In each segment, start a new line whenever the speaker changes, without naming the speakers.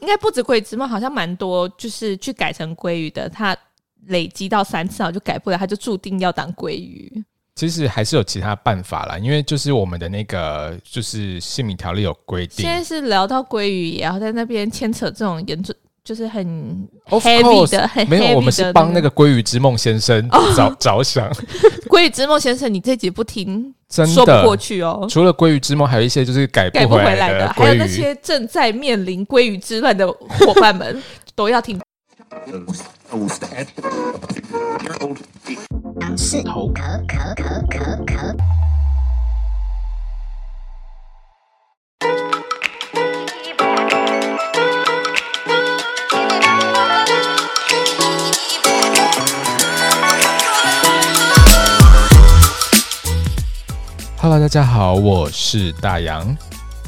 应该不止桂枝梦，好像蛮多，就是去改成鲑鱼的，他累积到三次，然后就改不了，他就注定要当鲑鱼。
其实还是有其他办法啦，因为就是我们的那个就是姓名条例有规定
现，在是聊到鲑鱼，也要在那边牵扯这种严重，就是很
Of
heavy 的
course，
很 heavy
没有，我们是
的
帮
那
那个鲑鱼之梦先生
哦
着 着想，
个鲑鱼之梦先生，你这集不听
真
说不过
的。
去哦。
除了鲑鱼之梦，还有一些就是改
改
不
不
回
回来
的
的，还有
鲑
那
鱼。
些正在面临鲑鱼之乱的伙伴 们，都要听。
Hello，大家好，我是大杨，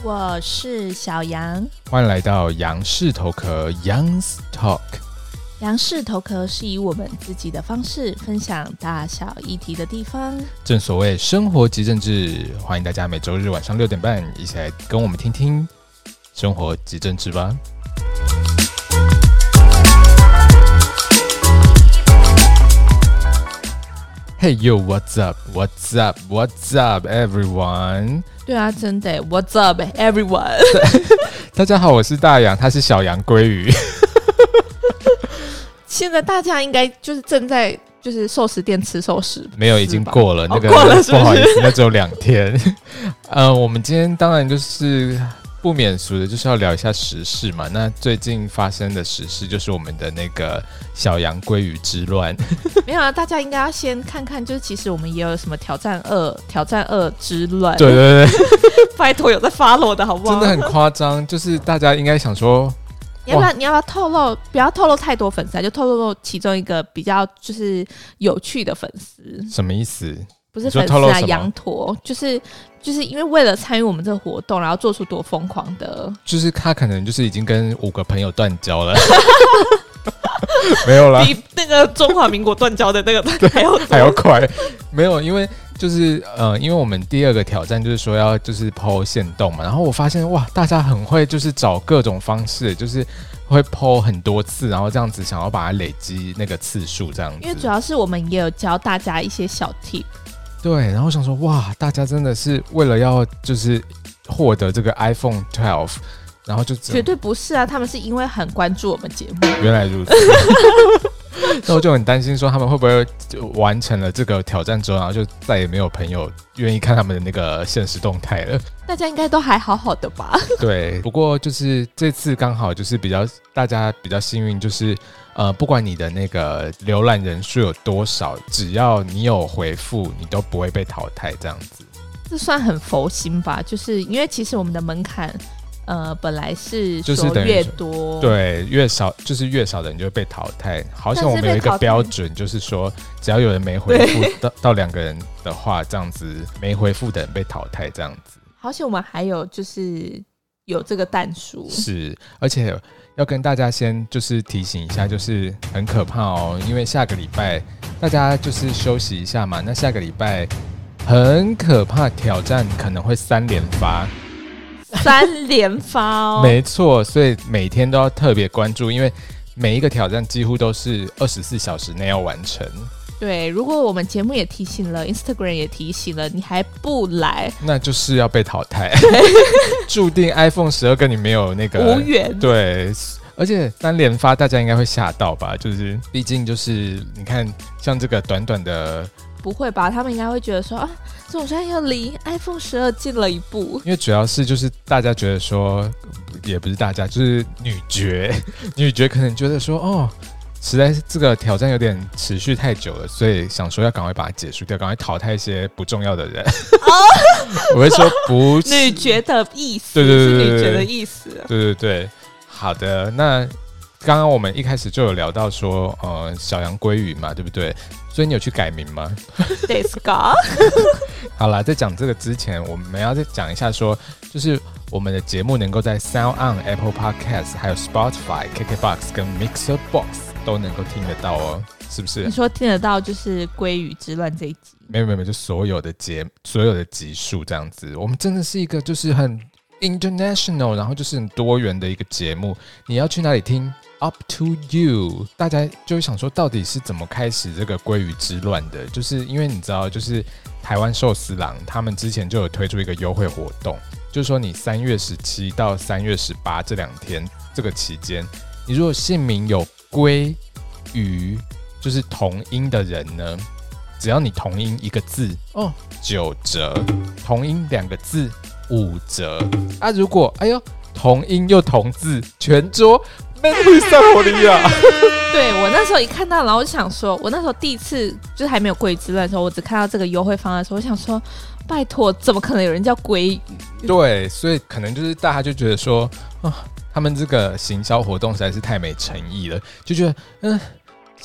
我是小杨，
欢迎来到杨氏头壳 Young's Talk。
杨氏头壳是以我们自己的方式分享大小议题的地方。
正所谓生活即政治，欢迎大家每周日晚上六点半一起来跟我们听听生活即政治吧。Hey yo, what's up? What's up? What's up, everyone?
对啊，真的，What's up, everyone？
大家好，我是大洋，他是小洋鲑鱼。
现在大家应该就是正在就是寿司店吃寿司，
没有，已经过了
哦
那个，
过了是不
好意
是
思，那只有两天。 呃，我们今天当然就是不免俗的，就是要聊一下时事嘛。那最近发生的时事就是我们的那个小羊鲑鱼之 乱，
没有啊？大家应该要先看看，就是其实我们也有什么挑战二、挑战二之乱，
对对对，
拜托有在 follow 的好不
真
好？
的很夸张。就是大家应该想说，
你要不要？你要不要透露？不要透露太多粉丝啊，就透露其中一个比较就是有趣的粉丝，
什么意思？
不
你
是
说
粉丝
透露
啊，
什么
羊驼，就是就是因为为了参与我们这个活动，然后做出多疯狂的。
就是他可能就是已经跟五个朋友断 交了， 没有啦，
比那个中华民国断交的那 个还 要
还要快，没有，因为就是呃，因为我们第二个挑战就是说要就是剖线洞嘛，然后我发现哇，大家很会就是找各种方式，就是会剖很多次，然后这样子想要把它累积那个次数这样
因为主
子。
要是我们也有教大家一些小 tip，
对，然后想说哇，大家真的是为了要就是获得这个 iPhone 12，然后就只
绝对不是啊，他们是因为很关注我们节目，
原 来如此。那我就很担心，说他们会不会就完成了这个挑战之后，然后就再也没有朋友愿意看他们的那个现实动态了。
大家应该都还好好的吧？
对，不过就是这次刚好就是比较大家比较幸运，就是呃，不管你的那个浏览人数有多少，只要你有回复，你都不会被淘汰这样子。
这算很佛心吧？就是因为其实我们的门槛，呃，本来是
就是
说
等于
越
说
多，
对，越少就是越少的人就会被淘汰。好
但
像
是
我们有一
被
个
淘汰
标准，就是说只要有人没回复到到两个人的话，这样子没回复的人被淘汰这样子。
好险我们还有就是有这个蛋数，
是，而且要跟大家先就是提醒一下，就是很可怕哦，因为下个礼拜大家就是休息一下嘛。那下个礼拜很可怕，挑战可能会三连发，
三连发哦，
没错，所以每天都要特别关注，因为每一个挑战几乎都是二十四小时内要完成。
对，如果我们节目也提醒了，Instagram 也提醒了，你还不来，
那就是要被淘 汰，注定 iPhone 十二跟你没有那个
无缘。
对，而且三连发大家应该会吓到吧？就是毕竟就是你看，像这个短短的，
不会吧？他们应该会觉得说啊，总算又离 iPhone 十二近了一步。
因为主要是就是大家觉得说，也不是大家，就是女爵， 女爵可能觉得说，哦，实在是这个挑战有点持续太久了，所以想说要赶快把它结束掉，赶快淘汰一些不重要的人。
哦
我会说不是，
女爵的意思，
对对对对
是女爵
对
的
对
意 思。
对对对，好的。那刚刚我们一开始就有聊到说，呃，小羊鲑鱼嘛，对不对？所以你有去改名吗？
d i s c o
好啦，在讲这个之前，我们要再讲一下说，就是我们的节目能够在 Sound On、Apple Podcast、还有 Spotify、KKBox 跟 Mixer Box 都能够听得到哦，是不是
你？说听得到就是《鲑鱼之乱》这一集，
没有没有，没有就所有的节所有的集数这样子，我们真的是一个就是很 international，然后就是很多元的一个节目。你要去哪里听？Up to you。大家就会想说，到底是怎么开始这个鲑鱼之乱的？就是因为你知道，就是台湾寿司郎他们之前就有推出一个优惠活动，就是说你三月十七到三月十八这两天这个期间，你如果姓名有鲑鱼，就是同音的人呢。只要你同音一个字哦，九折；同音两个字五折。啊，如果哎呦同音又同字，全桌那会上火力啊！
对我那时候一看到，然后我就想说，我那时候第一次就是还没有鲑鱼之乱的时候，我只看到这个优惠方案的时候，我想说，拜托，怎么可能有人叫鲑鱼？
对，所以可能就是大家就觉得说啊，他们这个行销活动实在是太没诚意了，就觉得嗯，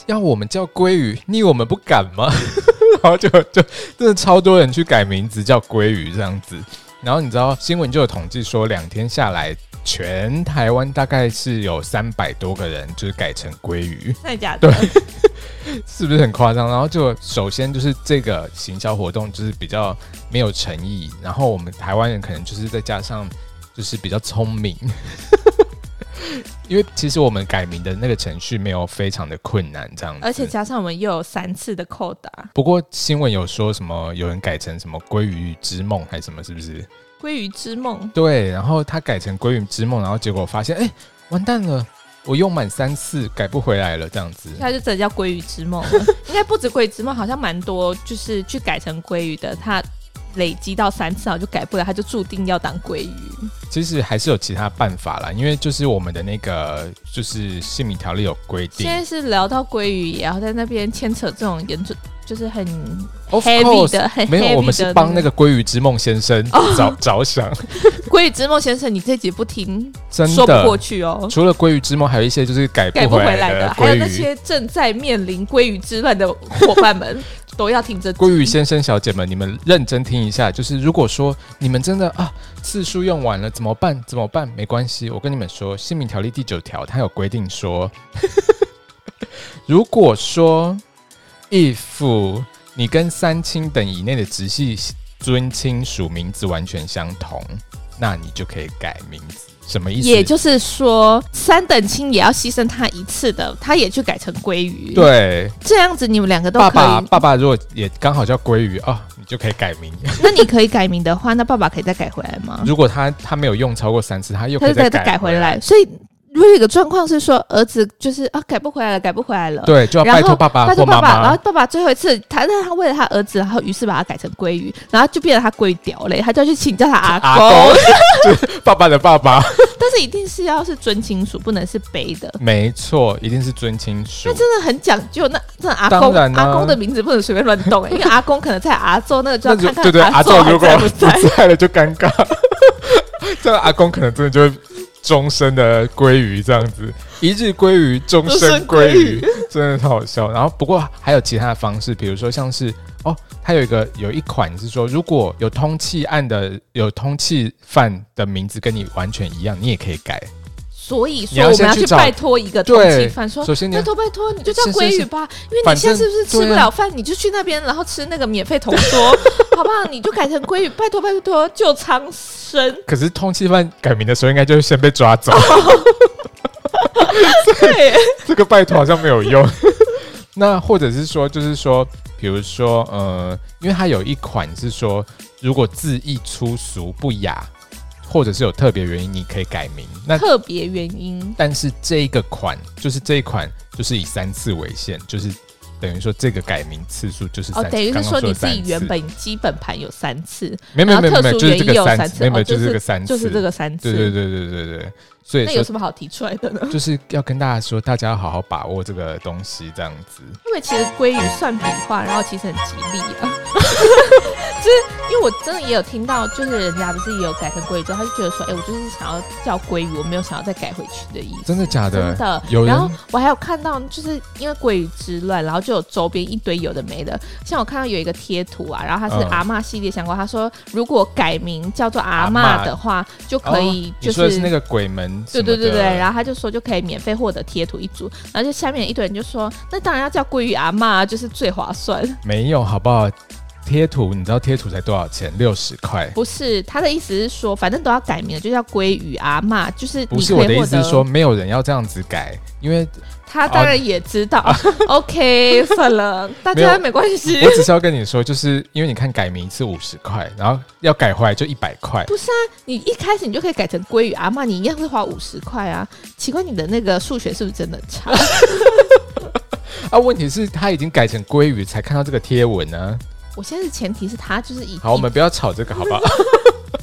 要我们叫鲑鱼，你以为我们不敢吗？ 然后就就真的超多人去改名字叫鲑鱼这样子。然后你知道新闻就有统计说，两天下来，全台湾大概是有三百多个人就是改成鲑鱼，
真的假的？
是不是很夸张？然后就首先就是这个行销活动就是比较没有诚意，然后我们台湾人可能就是再加上就是比较聪明。 因为其实我们改名的那个程序没有非常的困难，这样子。
而且加上我们又有三次的扣打，
不过新闻有说什么有人改成什么“鲑鱼之梦”还是什么，是不是？
鲑鱼之 梦，
对，然后他改成“鲑鱼之梦”，然后结果发现，哎、完蛋了，我用满三次改不回来了，这样子。
它就真的叫鲑鱼之梦了。应该不止鲑鱼之梦，好像蛮多就是去改成鲑鱼的，它累积到三次，然后就改不了，它就注定要当鲑鱼。
其实还是有其他办法啦，因为就是我们的那个就是姓名条例有规
现
定
在是聊到鲑鱼，也要在那边牵扯这种严重，就是很
，of
heavy
course。
的，哦很 heavy
没有，我们是
的
帮那个鲑鱼之梦 先生着、着想，
鲑鱼之梦先生，你这集不听
真
说不过
的。
去哦。
除了鲑鱼之梦，还有一些就是改
改
不
不
回
回来
来的
的，还有
鲑
那
鱼。
些正在面临鲑鱼之乱的伙伴们， 都要听这集
鲑鱼先生、小姐们，你们认真听一下，就是如果说你们真的啊次数用完了怎么办？怎么办？没关系，我跟你们说，《姓名条例》第九条它有规定说， 如果说 if 你跟三亲等以内的直系尊亲属名字完全相同，那你就可以改名字。什么意思？
也就是说，三等亲也要牺牲他一次的，他也去改成鲑鱼。，
对，
这样子你们两个都可
爸
以。
爸爸爸如果也刚好叫鲑鱼哦，你就可以改名。
那你可以改名的话，那爸爸可以再改回来吗？
如果他他没有用超过三次，他又
他
可以
就
再
再改
回
回。来。所以如果有一个状况是说，儿子就是啊改不回来了，改不回来了。。
对，就要
然
拜
后
托爸爸
拜
或
托
妈
爸爸，然
妈
后。爸爸最后一次，他那他为了他儿子，然后于是把他改成鲑鱼，然后就变成他鲑鱼屌嘞，他就要去请教他阿
阿公，就是爸爸的爸爸，
但是一定是要是尊亲属，不能是卑的。
没错，一定是尊亲属
那。真的很讲究，那那阿
当
公、
然啊
阿公的名字不能随便乱动、欸因为阿公可能在阿宙那个就
那
要
就
看看
对对，阿
宙
昼
还
如果
在不
不
在。
在了就尴尬，这样阿公可能真的就会终身的鲑鱼这样子，一日鲑鱼，终
终
身
身
鲑
鲑
鱼
鱼，
真的超好笑。然后不过还有其他的方式，比如说像是哦，它有一个有一款是说，如果有通气案的有通气犯的名字跟你完全一样，你也可以改。
所以
你
说
要
我们
先
要
去
去
找
拜托一个通缉犯说。
首先你要
拜托拜托，你就叫
是是
鲑
是
鱼吧，因为
反
你现在
正
是不是吃
对啊
不了饭，你就去那边，然后吃那个免费同 桌，好不好？你就改成鲑鱼，拜托拜托，救苍生。
可是通缉犯改名的时候，应该就是先被抓走，
对，
这个拜托好像没有用。那或者是说，就是说，比如说，呃，因为它有一款是说，如果字意粗俗不雅，或者是有特别原因，你可以改名。那
特别原因
但是这一个款，就是这一款，就是以三次为限，就是等于说这个改名次数就是
哦
三，次。
等于是
刚刚
说
说
你
的
自己
三次
原本基本盘有三次，
没有没有没
然
有
后
没有，
特
就
殊
是
原
这
因也
个
有
三
三
次，
次，
没有没
哦
有嗯就是这个三次，
就是这个三次，
对对对对对对对，所以
那
说
有什么好提出来的呢？
就是要跟大家说，大家要好好把握这个东西，这样子。
因为其实鲑鱼算笔画，然后其实很吉利啊。 就是因为我真的也有听到，就是人家不是也有改成鲑鱼之后，他就觉得说，哎、我就是想要叫鲑鱼，我没有想要再改回去的意思。
真的假的？
真的
有人
然后我还有看到，就是因为鲑鱼之乱，然后就有周边一堆有的没的。像我看到有一个贴图啊，然后它是
嗯
阿嬷系列相关，他说如果改名叫做阿
阿嬷
嬷的话，就可以
哦
就
你说的是那个鬼门什
对
么的，
对对对，然后他就说就可以免费获得贴图一组，然 后就下面一堆人就说，那当然要叫鲑鱼阿嬷啊，就是最划算。
没有好不好？贴图，你知道贴图才多少钱？六十块。
不是他的意思是说，反正都要改名了，就叫鲑鱼阿嬷，就是
不
你
是
可
我
以
的意
获
思
得
是说，没有人要这样子改，因为
他当然也知道、o k 算了，大
哦没
家
有
没关系
我。只是要跟你说，就是因为你看改名一次五十块，然后要改回来就一百块。
不是啊，你一开始你就可以改成鲑鱼阿嬷，你一样是花五十块啊。奇怪，你的那个数学是不是真的很差？
啊，问题是他已经改成鲑鱼才看到这个贴文呢、
我现在的前提是他就是以
好，我们不要吵这个，好不好？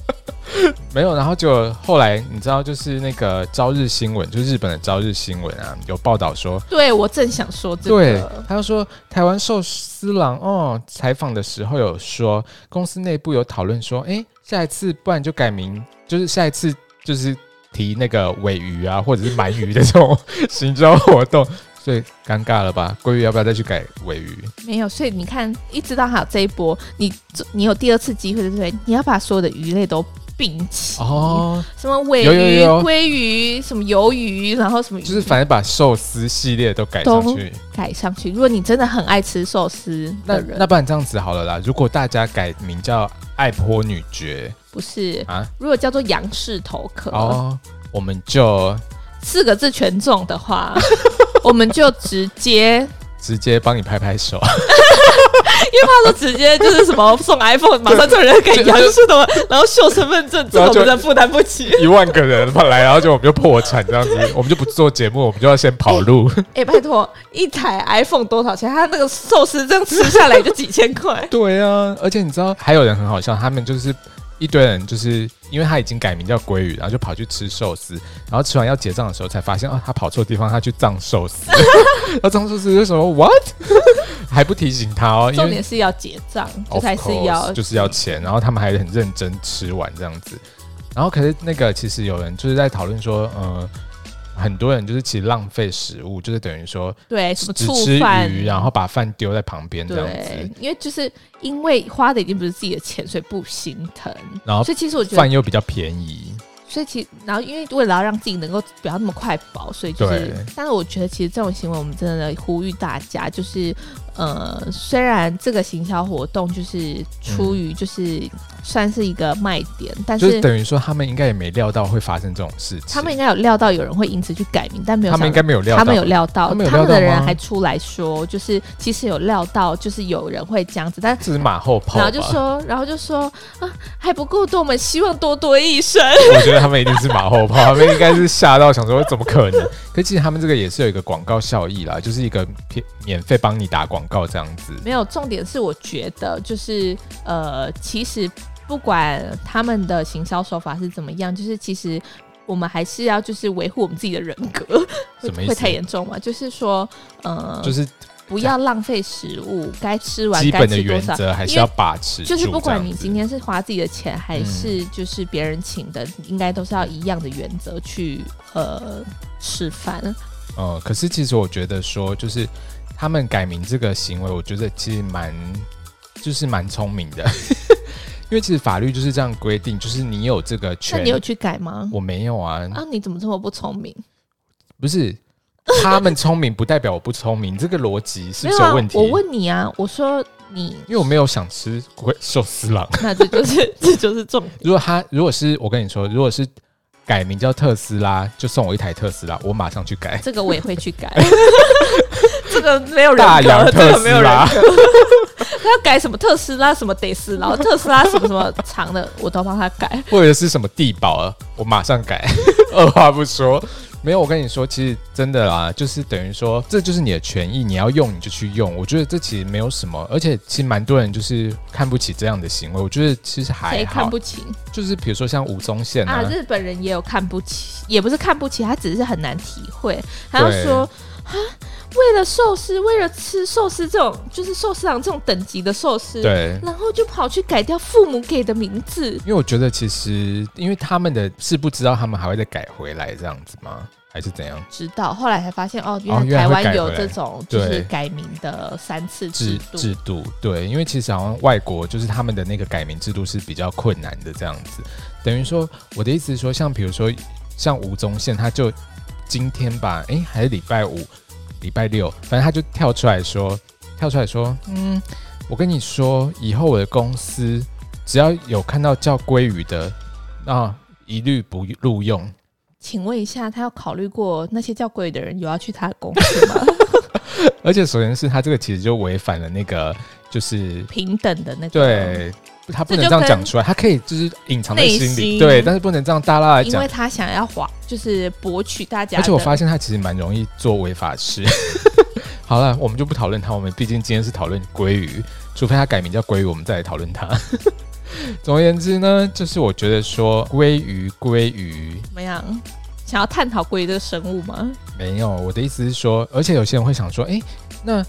没有，然后就后来你知道，就是那个朝日新闻，就日本的朝日新闻啊，有报道说，
对我正想说这
对
个，，
他就说台湾寿司郎哦，采访的时候有说，公司内部有讨论说，诶，下一次不然就改名，就是下一次就是提那个尾鱼啊，或者是鳗鱼的这种行销活动，所以尴尬了吧？鲑鱼要不要再去改尾鱼？
没有，所以你看，一直到还有这一波，你你有第二次机会，对不对？你要把所有的鱼类都并齐，
哦，
什么尾
有有
鱼、
有
鲑鱼、什么鱿鱼，然后什么鱼
就是反正把寿司系列都改上
都
去。
改上去。如果你真的很爱吃寿司
那
的人，
那不然这样子好了啦，如果大家改名叫爱泼女爵
不是，
啊，
如果叫做杨氏头壳，
哦，我们就
四个字全中的 话，我们就直接，
直接帮你拍拍手。
他说直接就是什么送 iPhone，马上就有人给
就
杨氏头，然后秀身份证，这个
然后
我
就
们真的负担不起。
一万个人跑来，然后就我们就破产这样子，我们就不做节目，我们就要先跑路。。
哎、拜托，一台 iPhone 多少钱？他那个寿司这样吃下来就几千块
对啊，而且你知道还有人很好笑，他们就是一堆人，就是因为他已经改名叫鲑鱼，然后就跑去吃寿司，然后吃完要结账的时候才发现，哦，他跑错地方，他去藏寿司。 然后藏寿司就什么 what，还不提醒他哦，因
重
为
点是要结账，就
Of
还是要
course，就是要钱，然后他们还很认真吃完这样子。然后可是那个其实有人就是在讨论说，呃，很多人就是其实浪费食物，就是等于说
对什
只
么
只
醋
吃
饭，
鱼，啊然后把饭丢在旁边这样
对
子，，
因为就是因为花的已经不是自己的钱，所以不心疼。
然后
所以其实我觉得
饭，又比较便宜。
所以其然后因为为了要让自己能够不要那么快饱，所以就是
对，
但是我觉得其实这种行为，我们真的呼吁大家，就是呃，虽然这个行销活动就是出于就是算是一个卖点，但
嗯就是是等于说，他们应该也没料到会发生这种事情。
他们应该有料到有人会因此去改名，但没有
他们
想
应该没有料到，
他们有料到，
他们有料
们的
到
人
吗
还出来说，就是其实有料到，就是有人会这样子，但
这是马后炮
然
吧。
后就说，然后就说啊，还不够多，我们希望多多益善。
我觉得他们一定是马后炮，他们应该是吓到想说怎么可能？可其实他们这个也是有一个广告效益啦，就是一个免免费帮你打广告这样子。
没有，重点是我觉得就是呃，其实不管他们的行销手法是怎么样，就是其实我们还是要就是维护我们自己的人格， 会
什么意
会
思
太严重吗？就是说，呃，
就是
不要浪费食物，该吃完
基
该
本的
吃多
原
少。
则还是
因为
要把持住
就是不
这
管
样
你
子嗯
今天是花自己的钱，还是就是别人请的，应该都是要一样的原则去呃吃饭。
嗯，可是其实我觉得说，就是他们改名这个行为，我觉得其实蛮就是蛮聪明的， 因为其实法律就是这样规定，就是你有这个
那
权，
你有去改吗？
我没有啊，
啊，你怎么这么不聪明？
不是他们聪明不代表我不聪明，这个逻辑是
没有
不是有
啊
问，题？
我问你啊，我说你，
因为我没有想吃龟寿司郎。
那这就是 这就是重点。
如果他如果是我跟你说，如果是改名叫特斯拉，就送我一台特斯拉，我马上去改。
这个我也会去改。 这个没有人
大洋
格，这
特
个
斯
没有人
拉，
他要改什么特斯拉什么得斯拉，特斯拉什么什么长的，我都帮他改。
或者是什么地堡啊，我马上改， 二话不说。没有，我跟你说，其实真的啦，就是等于说，这就是你的权益，你要用你就去用。我觉得这其实没有什么，而且其实蛮多人就是看不起这样的行为。我觉得其实还
谁看
好，
不起
就是比如说像吴宗宪啊，
啊？日本人也有看不起，也不是看不起，他只是很难体会。他就
对
说啊，为了寿司，为了吃寿司这种，就是寿司郎这种等级的寿司，
对，
然后就跑去改掉父母给的名字。
因为我觉得其实因为他们的是不知道他们还会再改回来这样子吗？还是怎样？
知道，后来才发现哦，原
哦
来
原来
台
会
湾
改
有
回
这
来
种就是
对
改名的三次制
制
度。
制度，对，因为其实好像外国就是他们的那个改名制度是比较困难的这样子。等于说，我的意思是说，像比如说像吴宗宪，他就今天吧，诶，还是礼拜五、礼拜六，反正他就跳出来说，跳出来说，嗯，我跟你说，以后我的公司只要有看到叫鲑鱼的，那一律不录用。
请问一下，他有考虑过那些叫鲑鱼的人有要去他的公司吗？
而且首先是他这个其实就违反了那个，就是
平等的那个，
对他不能
嗯这
这
就
样讲出来，他可以就是隐藏在
内
心里，
心
对，但是不能这样大大的
因
讲
为。他想要划，就是博取大家的。
而且我发现他其实蛮容易做违法事。 好了，我们就不讨论他，我们毕竟今天是讨论鲑鱼，除非他改名叫鲑鱼，我们再来讨论他。 总而言之呢，就是我觉得说鲑鱼鲑鱼
怎么样？想要探讨鲑鱼这个生物吗？
没有，我的意思是说，而且有些人会想说，诶，那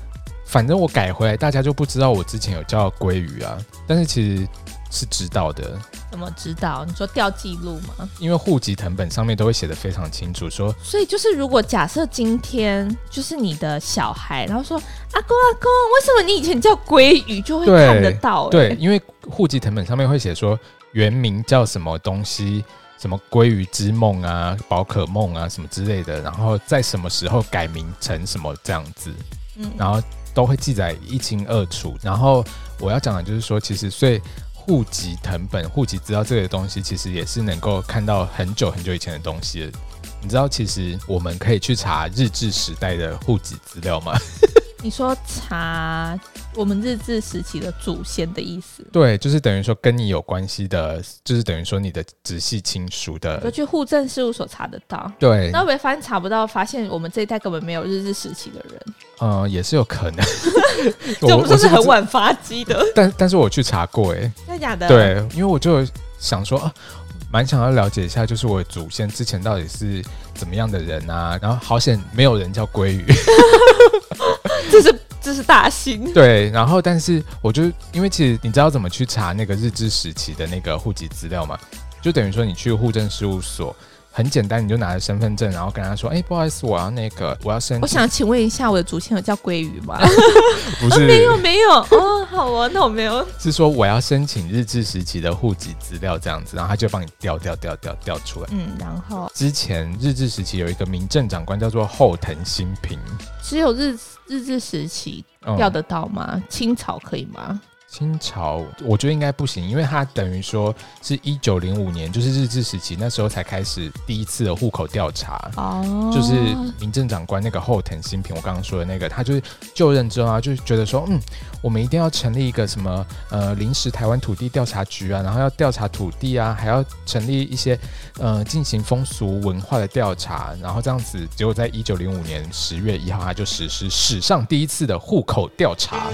反正我改回来，大家就不知道我之前有叫鲑鱼啊，但是其实是知道的，
怎么知道？你说调记录吗？
因为户籍成本上面都会写的非常清楚，说
所以就是，如果假设今天就是你的小孩，然后说阿公阿公，为什么你以前叫鲑鱼，就会
对
看得到、欸？
对，，因为户籍成本上面会写说原名叫什么东西，什么鲑鱼之梦啊、宝可梦啊什么之类的，然后在什么时候改名成什么这样子，
嗯，
然后都会记载一清二楚。然后我要讲的就是说，其实所以户籍成本、户籍资料这个东西，其实也是能够看到很久很久以前的东西的。你知道，其实我们可以去查日治时代的户籍资料吗？
你说查我们日治时期的祖先的意思，
对，就是等于说跟你有关系的，就是等于说你的直系亲属
就
的，
去户政事务所查得到。
对
那，会不会发现查不到？发现我们这一代根本没有日治时期的人，
呃，也是有 可能。
就我们
不
算是很
知，
晚发迹的，
但但是我去查过、欸，
真的假的？，
对，因为我就想说啊，蛮想要了解一下，就是我的祖先之前到底是怎么样的人啊。然后好险没有人叫鲑鱼，
这是这是大兴。
对。然后但是我就因为其实你知道怎么去查那个日治时期的那个户籍资料吗？就等于说你去户政事务所。很简单，你就拿着身份证，然后跟他说：“哎、不好意思，我要那个，我要申
我
请
想请问一下，我的祖先有叫鲑鱼 吗？
不
啊
是，
没有没有哦，好哦，那我没有。
是说我要申请日治时期的户籍资料这样子，然后他就帮你调调调调调出来。
嗯，然后
之前日治时期有一个民政长官叫做后藤新平，
只有日日治时期
嗯
要得到吗？清朝可以吗？
清朝我觉得应该不行，因为他等于说是一九零五年，就是日治时期那时候才开始第一次的户口调查。
哦，
就是民政长官那个后藤新平，我刚刚说的那个，他就是就任之后啊，就是觉得说，嗯，我们一定要成立一个什么呃临时台湾土地调查局啊，然后要调查土地啊，还要成立一些呃进行风俗文化的调查，然后这样子，结果在一九零五年十月一号，他就实施史上第一次的户口调查，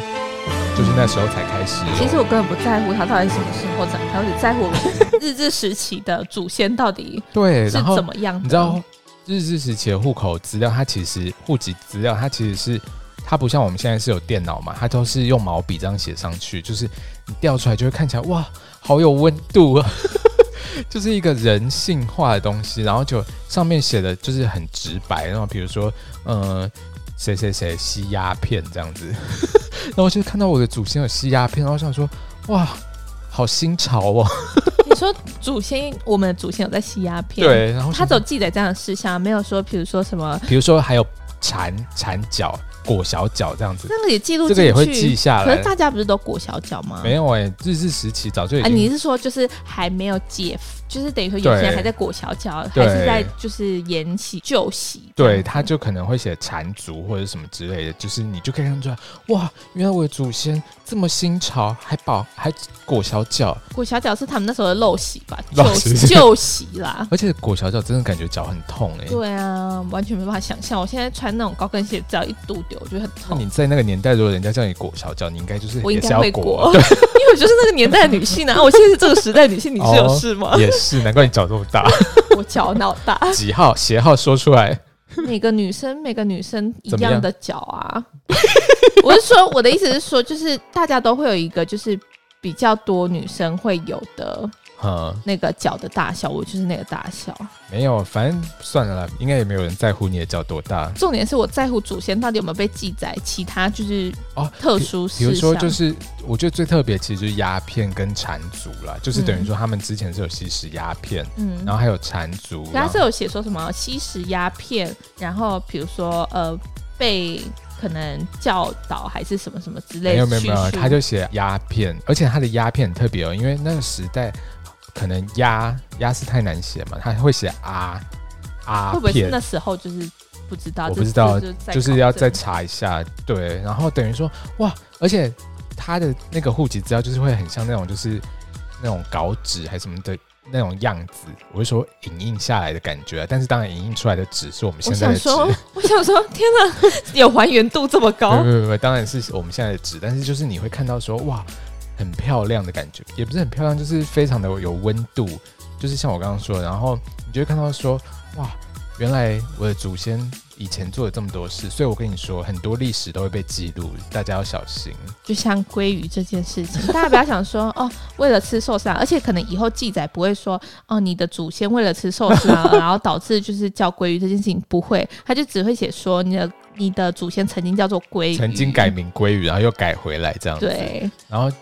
就是那时候才开始有。哦
其实我根本不在乎他到底什么时候展开，我只在 乎日治时期的祖先到底
对，
是
然后
怎么样的。
你知道日治时期的户口资料，它其实户籍资料，它其实是它不像我们现在是有电脑嘛，它都是用毛笔这样写上去，就是你调出来就会看起来哇，好有温度啊， 就是一个人性化的东西。然后就上面写的就是很直白，然后比如说呃谁谁谁吸鸦片这样子， 然后我就看到我的祖先有吸鸦片，然后我想说哇，好新潮哦，
你说祖先，我们的祖先有在吸鸦片，，
对，然后
他
想
只
说
有记载这样的事项，没有说比如说什么
比如说还有缠缠脚、裹小脚这样子，
那个也记录
这
进去，
个也会记下
可
来
是。大家不是都裹小脚吗？
没有哎、日治时期早就已
啊，你
经、
是说就是还没有解，就是等于说有些人
对
还在裹小脚，还
对
是在就是沿袭旧习？
对他就可能会写缠足或者什么之类的，就是你就可以看出来，哇，原来我的祖先这么新潮，还保还裹小脚，
裹小脚是他们那时候的陋习吧？
陋
旧
习
习旧习啦。
而且裹小脚真的感觉脚很痛哎、
对啊，完全没办法想象，我现在穿那种高跟鞋，只要一度丢，我觉得很
那
痛。
你在那个年代，如果人家叫你裹小脚，你应该就是
我应
也
该
是要
会
裹
裹，，因为我就是那个年代的女性啊。我现在是这个时代的女性，你是有
哦
事吗？
也是难怪你脚这么大。
我脚脑大，
几号鞋号说出来，
每个女生每个女生一
怎么
样
样
的脚啊。我是说，我的意思是说，就是大家都会有一个，就是比较多女生会有的
嗯，
那个脚的大小，我就是那个大小。
没有，反正算了啦，应该也没有人在乎你的脚多大。
重点是我在乎祖先到底有没有被记载，其他就是
哦
特殊事项。
比如说，就是我觉得最特别其实就是鸦片跟缠足啦，就是等于说他们之前是有吸食鸦片，
嗯
然，后还有缠足，
可
然
他
后
是有写说什么吸食鸦片，然后比如说呃被可能教导还是什么什么之类的
没有没有没有，
叙述
他就写鸦片，而且他的鸦片很特别哦，因为那个时代可能鸦鸦是太难写嘛，他会写啊啊
会不会是
片
那，时候就是不知道？
我
这
不知道
这在
就是要
考证
再查一下，对，然后等于说哇，而且他的那个户籍资料就是会很像那种就是那种稿纸还是什么的。那种样子，我是说影印下来的感觉啊，但是当然影印出来的纸是我们
我
现在
想
的纸，
说，我想说，天哪，有还原度这么高
没？有没有没有，当然是我们现在的纸，但是就是你会看到说哇，很漂亮的感觉，也不是很漂亮，就是非常的有温度，就是像我刚刚说的，然后你就会看到说哇，原来我的祖先以前做了这么多事，所以我跟你说，很多历史都会被记录，大家要小心。
就像鲑鱼这件事情，大家不要想说哦，为了吃寿司郎，而且可能以后记载不会说哦，你的祖先为了吃寿司 郎，然后导致就是叫鲑鱼这件事情不会，他就只会写说你的你的祖先曾经叫做鲑鱼，
曾经改名归于，然后又改回来这样子，
对
然后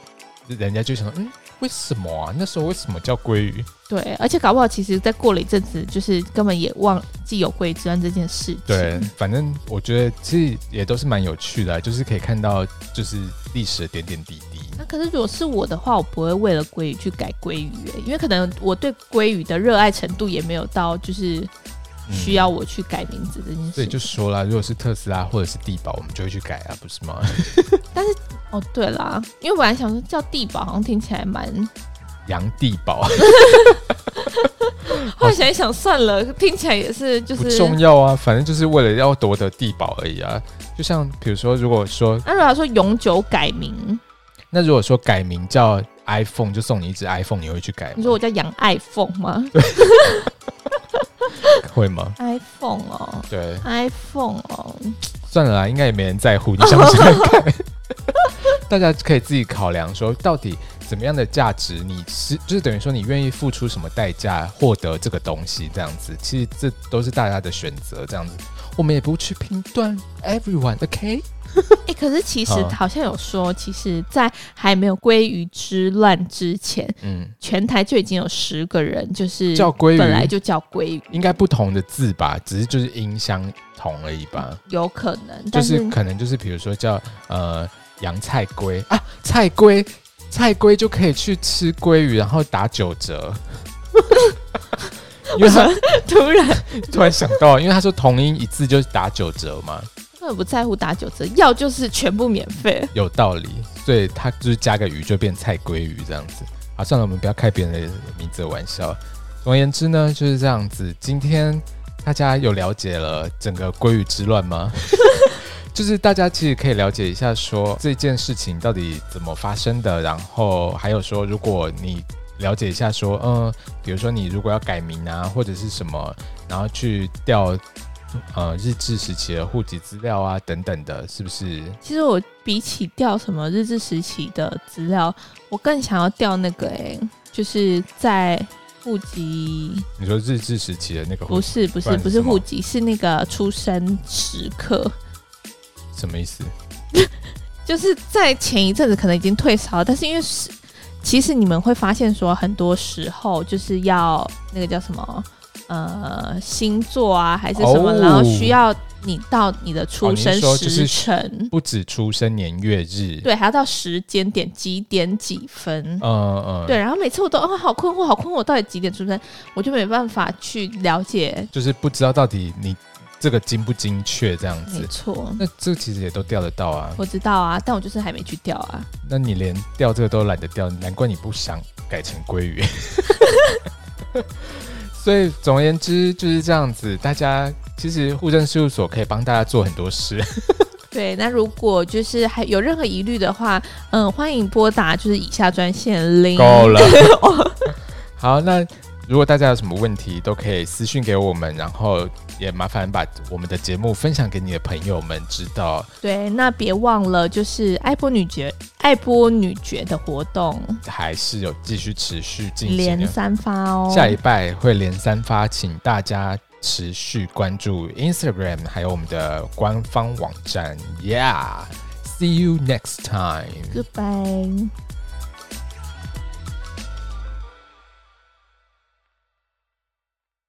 人家就想说，嗯，为什么啊？那时候为什么叫鲑鱼？
对，而且搞不好其实再过了一阵子，就是根本也忘记有鲑鱼之乱这件事情。
对，反正我觉得其实也都是蛮有趣的啊、就是可以看到就是历史的点点滴滴。
那可是如果是我的话，我不会为了鲑鱼去改鲑鱼、欸，因为可能我对鲑鱼的热爱程度也没有到就是需要我去改名字这件
所
事
以嗯就
情。
说啦，如果是特斯拉或者是地堡，我们就会去改啊，不 是吗？
哦，对啦，因为本来想说叫地堡，好像听起来蛮……
哦杨地堡
后来想一想，算了，听起来也是就
不
是。
重要啊，反正就是为了要夺得地堡而已啊。就像比如说，如果说
那如果说永久改名，
那如果说改名叫 iPhone，就送你一只 iPhone，你会去改
你说
吗？
我叫杨爱凤吗
会吗？
？iPhone 哦
对，
，iPhone 哦，
算了啦，应该也没人在乎，你想不想看？ 大家可以自己考量说，到底怎么样的价值，你是就是等于说你愿意付出什么代价获得这个东西，这样子，其实这都是大家的选择，这样子，我们也不去评断 everyone，OK？、
哎、可是其实
好
好像有说，其实，在还没有鲑鱼之乱之前，
嗯，
全台就已经有十个人，就是
叫鲑
本来
鱼
就叫鲑鱼，
应该不同的字吧，只是就是音相同而已吧，
有可能，
就
但
是可能就是比如说叫呃洋菜龟啊，菜龟。菜龟就可以去吃鲑鱼，然后打九折， 因为它
突然
突然想到，因为他说同音一字就是打九折嘛，
根本不在乎打九折，要就是全部免费。
有道理，所以他就是加个鱼就变菜鲑鱼这样子。好，算了，我们不要开别人的名字的玩笑。总而言之呢，就是这样子。今天大家有了解了整个鲑鱼之乱吗？ 就是大家其实可以了解一下说这件事情到底怎么发生的，然后还有说，如果你了解一下说，嗯，比如说你如果要改名啊，或者是什么，然后去调呃日治时期的户籍资料啊等等的，是不是？
其实我比起调什么日治时期的资料，我更想要调那个诶、就是在户籍，
你说日治时期的那个户
不
籍
是不
不
是
然是
不是
什么
户籍，是那个出生时刻。
什么意思？
就是在前一阵子可能已经退烧，但是因为是，其实你们会发现说，很多时候就是要那个叫什么呃星座啊，还是什么，
哦
然后需要你到你的
哦
出
你是
生
说就是
时辰，
不止出生年月日，，
对，还要到时间点几点几分。
嗯嗯，
对，，然后每次我都哦，好困惑，好困惑，我到底几点出生？我就没办法去了解。
就是不知道到底你这个精不精确这样
没
子。
错，
那这其实也都调得到啊，
我知道啊，但我就是还没去掉啊。
那你连调这个都懒得调，难怪你不想改成鲑鱼。 所以总而言之就是这样子，大家其实户政事务所可以帮大家做很多事。
对，那如果就是还有任何疑虑的话，嗯，欢迎拨打就是以下专线零。
够了。 好，那如果大家有什么问题，都可以私讯给我们，然后也麻烦把我们的节目分享给你的朋友们知道。
对，那别忘了就是爱播女爵爱播女爵的活动
还是有继续持续进行
连
的，
三发哦。
下一拜会连三发，请大家持续关注 Instagram，还有我们的官方网站。Yeah，see you next time。
Goodbye。